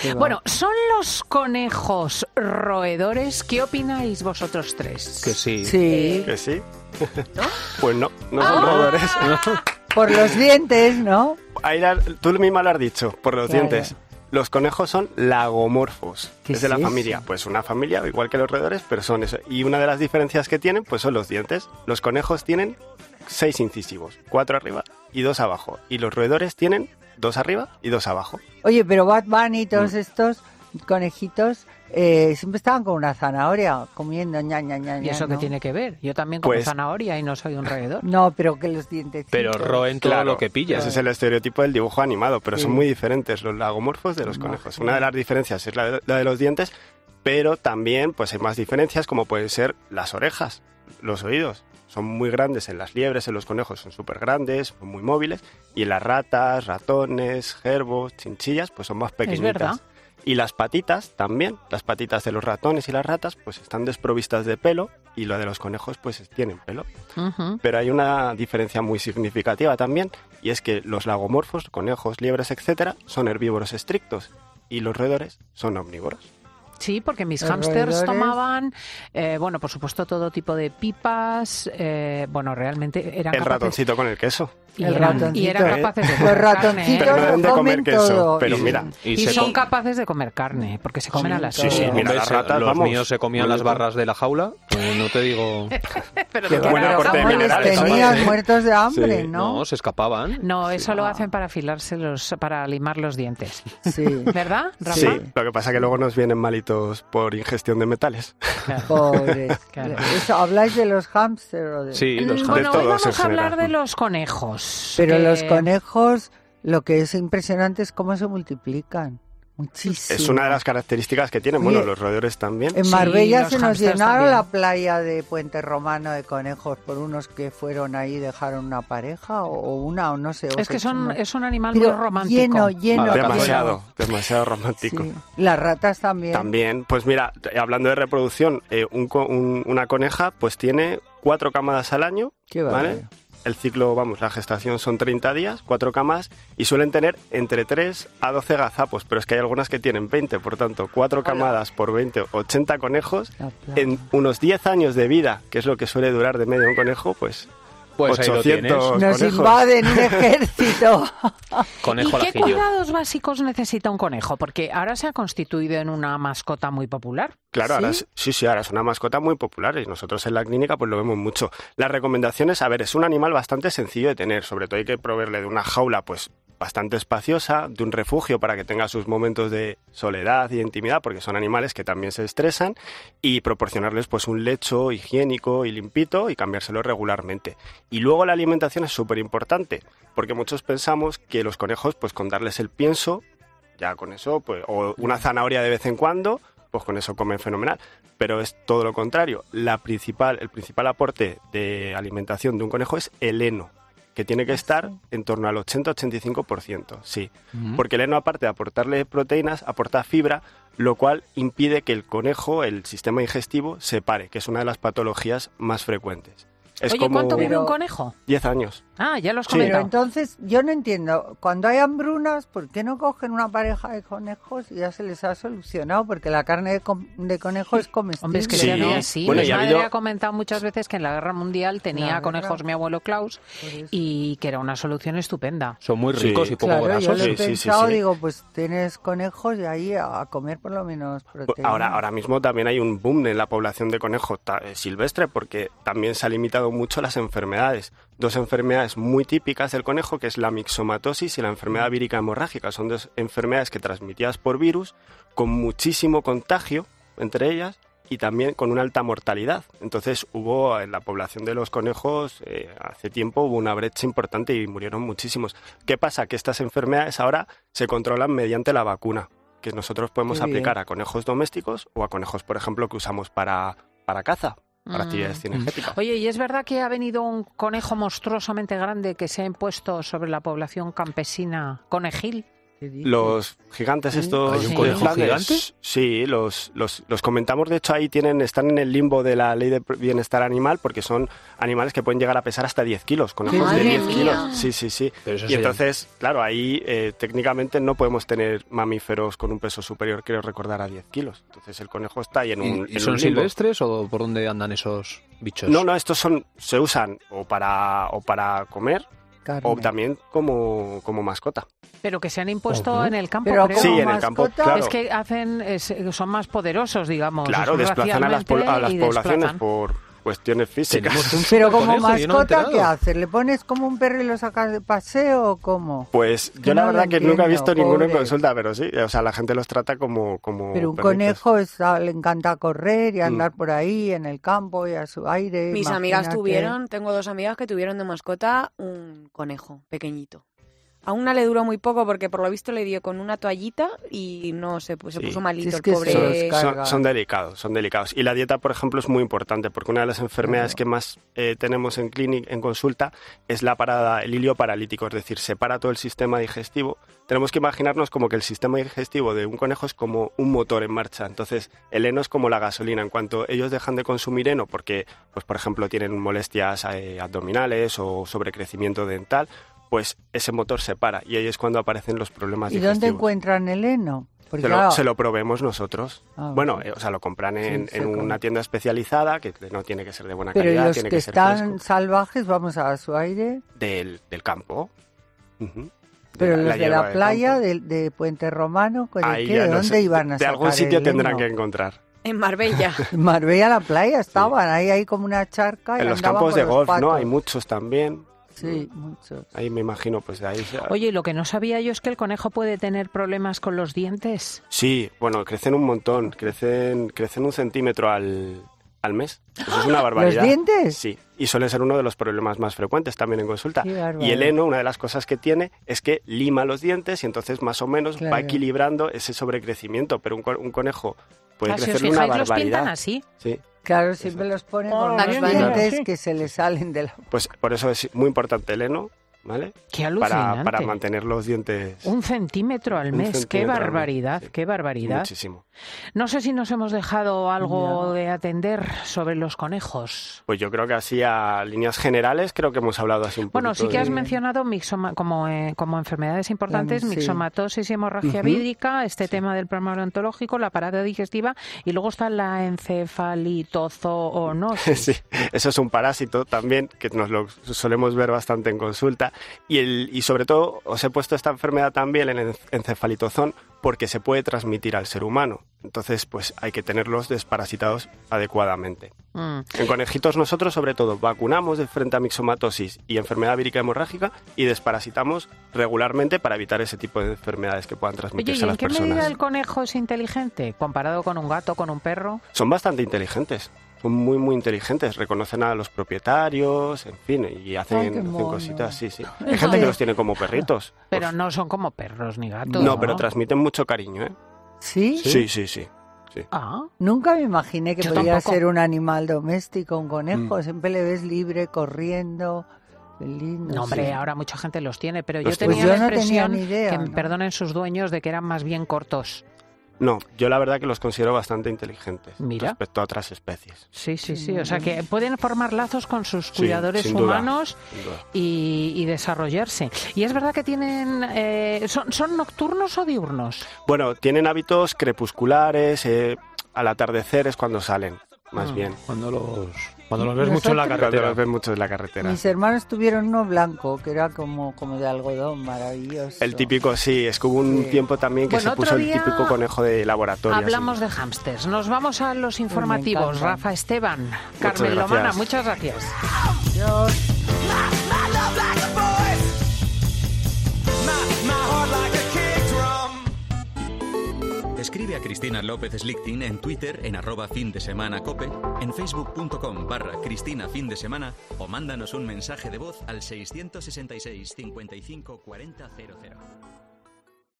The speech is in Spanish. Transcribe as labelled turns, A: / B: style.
A: Qué va.
B: Bueno, ¿son los conejos roedores? ¿Qué opináis vosotros tres?
C: Que sí.
A: Sí,
C: Que sí. Pues no, no son roedores.
A: por los dientes, ¿no?
C: Ahí la- tú misma lo has dicho, por los
A: Claro.
C: dientes. Los conejos son lagomorfos.
A: ¿Qué
C: es de
A: es
C: la
A: eso?
C: familia. Pues una familia, igual que los roedores, pero son eso. Y una de las diferencias que tienen, pues son los dientes. Los conejos tienen seis incisivos, cuatro arriba y dos abajo. Y los roedores tienen dos arriba y dos abajo.
A: Oye, pero Bad Bunny y
C: Mm.
A: todos estos conejitos eh, siempre estaban con una zanahoria comiendo ña, ña, ña,
B: ¿Y
A: ña,
B: eso qué
A: ¿no?
B: tiene que ver? Yo también como
C: Pues-
B: zanahoria y no soy un roedor.
A: No, pero que los dientes.
D: Pero roen todo lo que pillas.
C: Ese es el estereotipo del dibujo animado, pero son
A: Sí.
C: muy diferentes los lagomorfos de los conejos. Una de las diferencias es la de, la de los dientes, pero también pues hay más diferencias como pueden ser las orejas, los oídos. Son muy grandes en las liebres, en los conejos son súper grandes, son muy móviles. Y en las ratas, ratones, gerbos, chinchillas, pues son más pequeñitas.
B: verdad.
C: Y las patitas también, las patitas de los ratones y las ratas, pues están desprovistas de pelo y lo de los conejos, pues tienen pelo.
B: Ujú.
C: Pero hay una diferencia muy significativa también, y es que los lagomorfos, conejos, liebres, etcétera, son herbívoros estrictos y los roedores son omnívoros.
B: Sí, porque mis
A: Los
B: hámsters
A: roedores.
B: tomaban, eh, bueno, por supuesto, todo tipo de pipas. eh, bueno, realmente eran
C: El
B: capaces...
C: ratoncito con el queso.
B: Y
A: El
B: eran, y eran
A: ratoncito. ¿eh?
B: capaces de
A: Los
B: comer
A: ratoncitos
B: carne, ¿eh?
C: Pero no deben de comer
A: comen
C: queso.
A: todo.
C: Pero
D: Y-
C: mira,
B: Y,
D: se
B: son
D: com-
B: capaces de comer carne, porque se comen a las
A: Sí,
D: Sí, sí,
A: Hombre,
C: mira, las
D: se-
C: ratas,
D: los
C: vamos.
D: míos se comían las barras de la jaula, pues no te digo...
B: Pero
C: Qué
B: no tiene
C: buen
B: razón.
C: aporte de
A: ¿Cómo los
C: minerales, ¿eh?
A: tenías
C: aparte.
A: muertos de hambre,
C: Sí.
A: no?
D: se escapaban.
B: No, eso lo hacen para afilarse los, para limar los dientes.
A: Sí.
B: ¿Verdad, Rafa?
C: sí, lo que pasa que luego nos vienen malitos por ingestión de metales.
B: Claro.
A: Pobres.
B: Claro.
A: Eso, ¿Habláis de los hámster o de...?
D: Sí, los
B: Mm,
C: de
B: bueno, hoy
C: todos en
B: vamos a hablar
C: general.
B: de los conejos.
A: Pero
B: que-
A: los conejos, lo que es impresionante es cómo se multiplican. Muchísimo.
C: Es una de las características que tienen, bueno,
A: Oye,
C: los roedores también.
A: En
B: Sí,
A: Marbella
B: los
A: se nos
B: hámsters
A: llenaron
B: también.
A: la playa de Puente Romano de conejos por unos que fueron ahí y dejaron una pareja o, o una o no sé. o
B: Es que
A: se-
B: son,
A: no-
B: es un animal
A: Pero
B: muy romántico.
A: Lleno, lleno.
D: Vale,
A: lleno.
C: demasiado, demasiado romántico.
A: Sí. Las ratas también.
C: También, pues mira, hablando de reproducción, eh, un co- un- una coneja pues tiene cuatro camadas al año
A: Qué
C: ¿Vale?
A: barbaridad.
C: El ciclo, vamos, la gestación son 30 días, 4 camas, y suelen tener entre 3 a 12 gazapos, pero es que hay algunas que tienen 20, por tanto, 4 camadas por 20, 80 conejos,
A: La plaga.
C: en unos 10 años de vida, que es lo que suele durar de medio un conejo, pues,
D: Pues ahí lo tienes.
C: 800
A: Nos
C: conejos.
A: invaden un ejército.
D: Conejo al
B: ¿Y qué
D: ajillo.
B: cuidados básicos necesita un conejo? Porque ahora se ha constituido en una mascota muy popular.
C: Claro, ahora
A: ¿Sí?
C: es, sí, sí, ahora es una mascota muy popular y nosotros en la clínica pues lo vemos mucho. Las recomendaciones, a ver, es un animal bastante sencillo de tener, sobre todo hay que proveerle de una jaula pues bastante espaciosa, de un refugio para que tenga sus momentos de soledad y intimidad, porque son animales que también se estresan, y proporcionarles pues un lecho higiénico y limpito y cambiárselo regularmente. Y luego la alimentación es súper importante, porque muchos pensamos que los conejos pues con darles el pienso, ya con eso, pues, o una zanahoria de vez en cuando, pues con eso comen fenomenal. Pero es todo lo contrario. La principal, el principal aporte de alimentación de un conejo es el heno, que tiene que estar en torno al 80-85%. Sí,
D: Mm.
C: porque el heno, aparte de aportarle proteínas, aporta fibra, lo cual impide que el conejo, el sistema digestivo, se pare, que es una de las patologías más frecuentes. Es
B: Oye,
C: como
B: ¿cuánto vive
A: Pero-
B: un conejo?
C: 10 años.
B: Ah, ya los has
C: Sí.
A: Pero
B: comentado.
A: entonces, yo no entiendo, cuando hay hambrunas, ¿por qué no cogen una pareja de conejos y ya se les ha solucionado? Porque la carne de, com- de conejo es comestible.
B: Hombre, es que
C: Sí.
B: se había así.
C: Bueno,
B: mi
C: y ha
B: madre
C: habido-
B: ha comentado muchas veces que en la guerra mundial tenía
A: La
B: conejos
A: guerra.
B: mi abuelo Klaus y que era una solución estupenda.
D: Son muy
C: Sí.
D: ricos y poco
A: Claro, yo
D: grasos.
A: lo he
C: Sí, sí, sí,
A: pensado,
C: sí.
A: digo, pues tienes conejos y ahí a, a comer por lo menos proteína.
C: Pues Ahora, ahora mismo también hay un boom en la población de conejos ta- eh, silvestre porque también se ha limitado mucho las enfermedades. Dos enfermedades muy típicas del conejo, que es la mixomatosis y la enfermedad vírica hemorrágica. Son dos enfermedades que transmitidas por virus, con muchísimo contagio entre ellas y también con una alta mortalidad. Entonces hubo en la población de los conejos, eh, hace tiempo hubo una brecha importante y murieron muchísimos. ¿Qué pasa? Que estas enfermedades ahora se controlan mediante la vacuna, que nosotros podemos
A: Qué bien.
C: aplicar a conejos domésticos o a conejos, por ejemplo, que usamos para, para caza, para
B: Mm.
C: actividades cinegéticas.
B: Oye, ¿y es verdad que ha venido un conejo monstruosamente grande que se ha impuesto sobre la población campesina conejil?
A: ¿Qué dices?
C: Los gigantes
D: Mm.
C: estos
B: ¿Hay un
C: de
B: conejo
C: Flandes,
D: gigante?
C: Sí, los, los, los comentamos. De hecho, ahí tienen, están en el limbo de la ley de bienestar animal porque son animales que pueden llegar a pesar hasta 10 kilos, conejos de
A: Madre
C: 10
A: mía.
C: kilos. Sí, sí, sí.
D: Pero eso
C: Y
D: se
C: entonces, claro, ahí eh, técnicamente no podemos tener mamíferos con un peso superior, creo recordar, a 10 kilos. Entonces el conejo está ahí en un,
D: ¿Y,
C: en
D: son
C: un limbo.
D: silvestres o por dónde andan esos bichos?
C: No, no, estos son, se usan o para, o para comer
A: Carne.
C: o también como, como mascota.
B: Pero que se han impuesto
D: Ojo.
B: en el campo,
A: Pero
B: creo.
C: Sí,
A: como
C: en el campo,
A: mascota,
C: claro.
B: Es que hacen, es- son más poderosos, digamos.
C: Claro,
B: son
C: desplazan a las, pol- a
B: racialmente
C: las
B: y
C: poblaciones
B: desplazan.
C: por cuestiones
D: Tenemos
C: físicas.
D: un
A: Pero como
D: superconejo, yo no me he
A: mascota, ¿qué
D: enterado.
A: haces? ¿Le pones como un perro y lo sacas de paseo o cómo?
C: Pues yo
A: No
C: la
A: lo
C: verdad que nunca he visto
A: entiendo,
C: ninguno en
A: pobre.
C: consulta, pero sí, o sea, la gente los trata como... como
A: Pero un
C: perritos. Mm.
A: conejo es- a- le encanta correr y andar por ahí en el campo y a su aire.
E: Mis amigas
A: imagínate.
E: tuvieron, tengo dos amigas que tuvieron de mascota un conejo pequeñito. A una le duró muy poco porque por lo visto le dio con una toallita y no se, pu- se
C: Sí.
E: puso
A: Si
E: malito
A: es
E: el
A: que
E: pobre.
A: eso
C: Son,
A: es
C: son-
A: carga.
C: son delicados, son delicados. Y la dieta, por ejemplo, es muy importante porque una de las enfermedades
A: Claro.
C: que más eh, tenemos en clínica, en consulta, es la parada, el ilio paralítico, es decir, se para todo el sistema digestivo. Tenemos que imaginarnos como que el sistema digestivo de un conejo es como un motor en marcha. Entonces, el heno es como la gasolina. En cuanto ellos dejan de consumir heno porque, pues, por ejemplo, tienen molestias eh, abdominales o sobrecrecimiento dental, pues ese motor se para y ahí es cuando aparecen los problemas
A: ¿Y dónde
C: digestivos.
A: encuentran el heno? Porque
C: Se lo,
A: claro,
C: se lo proveemos nosotros.
A: Ah,
C: bueno,
A: vale.
C: eh, o sea, lo compran en,
A: Sí,
C: en
A: se
C: una
A: compra.
C: tienda especializada que no tiene que ser de buena
A: pero ¿y
C: calidad,
A: los
C: tiene
A: que,
C: que, ser
A: están
C: fresco.
A: salvajes, vamos a su aire.
C: del, del campo. Ujú. De
A: Pero los de
C: hierba
A: la
C: del
A: playa,
C: campo.
A: de, de Puente Romano, ¿con el
C: Ahí
A: qué?
C: ya
A: ¿De
C: no
A: dónde
C: sé,
A: iban a
C: De
A: sacar
C: algún sitio
A: el
C: tendrán
A: heno?
C: que encontrar.
E: En Marbella.
A: En Marbella la playa estaban, ahí hay como una charca. y
C: en los
A: andaban
C: campos
A: con
C: de
A: los
C: golf, ¿no?
A: patos.
C: Hay muchos también.
A: Sí, muchos.
C: Ahí me imagino, pues de ahí. se-
B: Oye, y lo que no sabía yo es que el conejo puede tener problemas con los dientes.
C: Sí, bueno, crecen un montón. Crecen, crecen un centímetro al, al mes. Eso es una barbaridad.
A: ¿Los dientes?
C: Sí, y suele ser uno de los problemas más frecuentes también en consulta.
A: Qué barbaridad.
C: Y el heno, una de las cosas que tiene es que lima los dientes y entonces más o menos
A: Claro.
C: va equilibrando ese sobrecrecimiento, pero un, co- un conejo puede
B: Ah, si os
C: crecerle una
B: fijáis, los pintan
C: barbaridad.
B: así.
C: Sí,
A: Claro, siempre los ponen
B: Oh,
A: con
E: las
A: unos
E: vainas,
A: dientes
B: sí.
A: que se le salen de la...
C: pues por eso es muy importante el heno, ¿vale?
B: Qué
C: Para,
B: alucinante.
C: para mantener los dientes
B: Un centímetro al
C: Un
B: mes, qué
C: centímetro al mes,
B: barbaridad,
C: sí.
B: qué barbaridad.
C: muchísimo.
B: No sé si nos hemos dejado algo
A: Ya.
B: de atender sobre los conejos.
C: Pues yo creo que así a líneas generales creo que hemos hablado así un
B: Bueno,
C: poquito
B: sí que
C: de-
B: has mencionado mixoma- como, eh, como enfermedades importantes,
A: Mm, sí.
B: mixomatosis y hemorragia
C: Ujú.
B: vídrica, este tema del problema odontológico, la parada digestiva y luego está la encefalitozoonosis.
C: Sí, eso es un parásito también que nos lo solemos ver bastante en consulta y el y sobre todo os he puesto esta enfermedad también en el encefalitozón porque se puede transmitir al ser humano. Entonces, pues hay que tenerlos desparasitados adecuadamente.
B: Mm.
C: En conejitos nosotros sobre todo vacunamos de frente a mixomatosis y enfermedad vírica hemorrágica y desparasitamos regularmente para evitar ese tipo de enfermedades que puedan
B: Oye,
C: transmitirse
B: ¿y
C: a
B: en
C: las
B: qué medida
C: personas.
B: el conejo es inteligente comparado con un gato, con un perro?
C: Son bastante inteligentes. Son muy, muy inteligentes, reconocen a los propietarios, en fin, y hacen,
A: Ay, qué
C: hacen
A: mono.
C: cositas, sí, sí. Hay gente que los tiene como perritos.
B: Pero
C: Pues,
B: no son como perros ni gatos.
C: no,
B: No,
C: pero transmiten mucho cariño, ¿eh?
A: ¿Sí?
C: Sí, sí, sí.
B: Ah,
A: Nunca me imaginé que
B: Yo
A: podía
B: tampoco.
A: ser un animal doméstico, un conejo.
C: Mm.
A: Siempre le ves libre, corriendo. Qué lindo.
B: no, hombre,
A: sí.
B: ahora mucha gente los tiene, pero yo
C: Los tiene.
B: tenía
A: Pues
B: la
A: yo no tenía
B: impresión
A: ni idea,
B: que
A: ¿no?
B: perdonen sus dueños de que eran más bien cortos.
C: No, yo la verdad que los considero bastante inteligentes
B: Mira.
C: respecto a otras especies.
B: Sí, sí, sí. O sea, que pueden formar lazos con sus
C: Sí,
B: cuidadores
C: sin duda,
B: humanos
C: sin duda.
B: y, y desarrollarse. Y es verdad que tienen. eh, ¿son, ¿Son nocturnos o diurnos?
C: Bueno, tienen hábitos crepusculares, eh, al atardecer es cuando salen, más
B: Ah.
C: bien.
D: Cuando los, cuando los ves mucho en la
A: Nosotros-
C: Cuando
D: carretera.
C: los ven mucho en la carretera.
A: Mis hermanos tuvieron uno blanco, que era como, como de algodón, maravilloso.
C: El típico, sí, es que hubo un
A: Sí.
C: tiempo también que
B: Bueno,
C: se
B: otro
C: puso el
B: día
C: típico conejo de laboratorio. así.
B: Hablamos de hámsters. Nos vamos a los informativos.
A: encanta.
B: Rafa Esteban, Carmen
C: gracias.
B: Lomana, muchas gracias.
F: Escribe a Cristina López Slichting en Twitter en arroba fin de semana cope, en facebook.com barra Cristina fin de semana o mándanos un mensaje de voz al 666 55 40 00.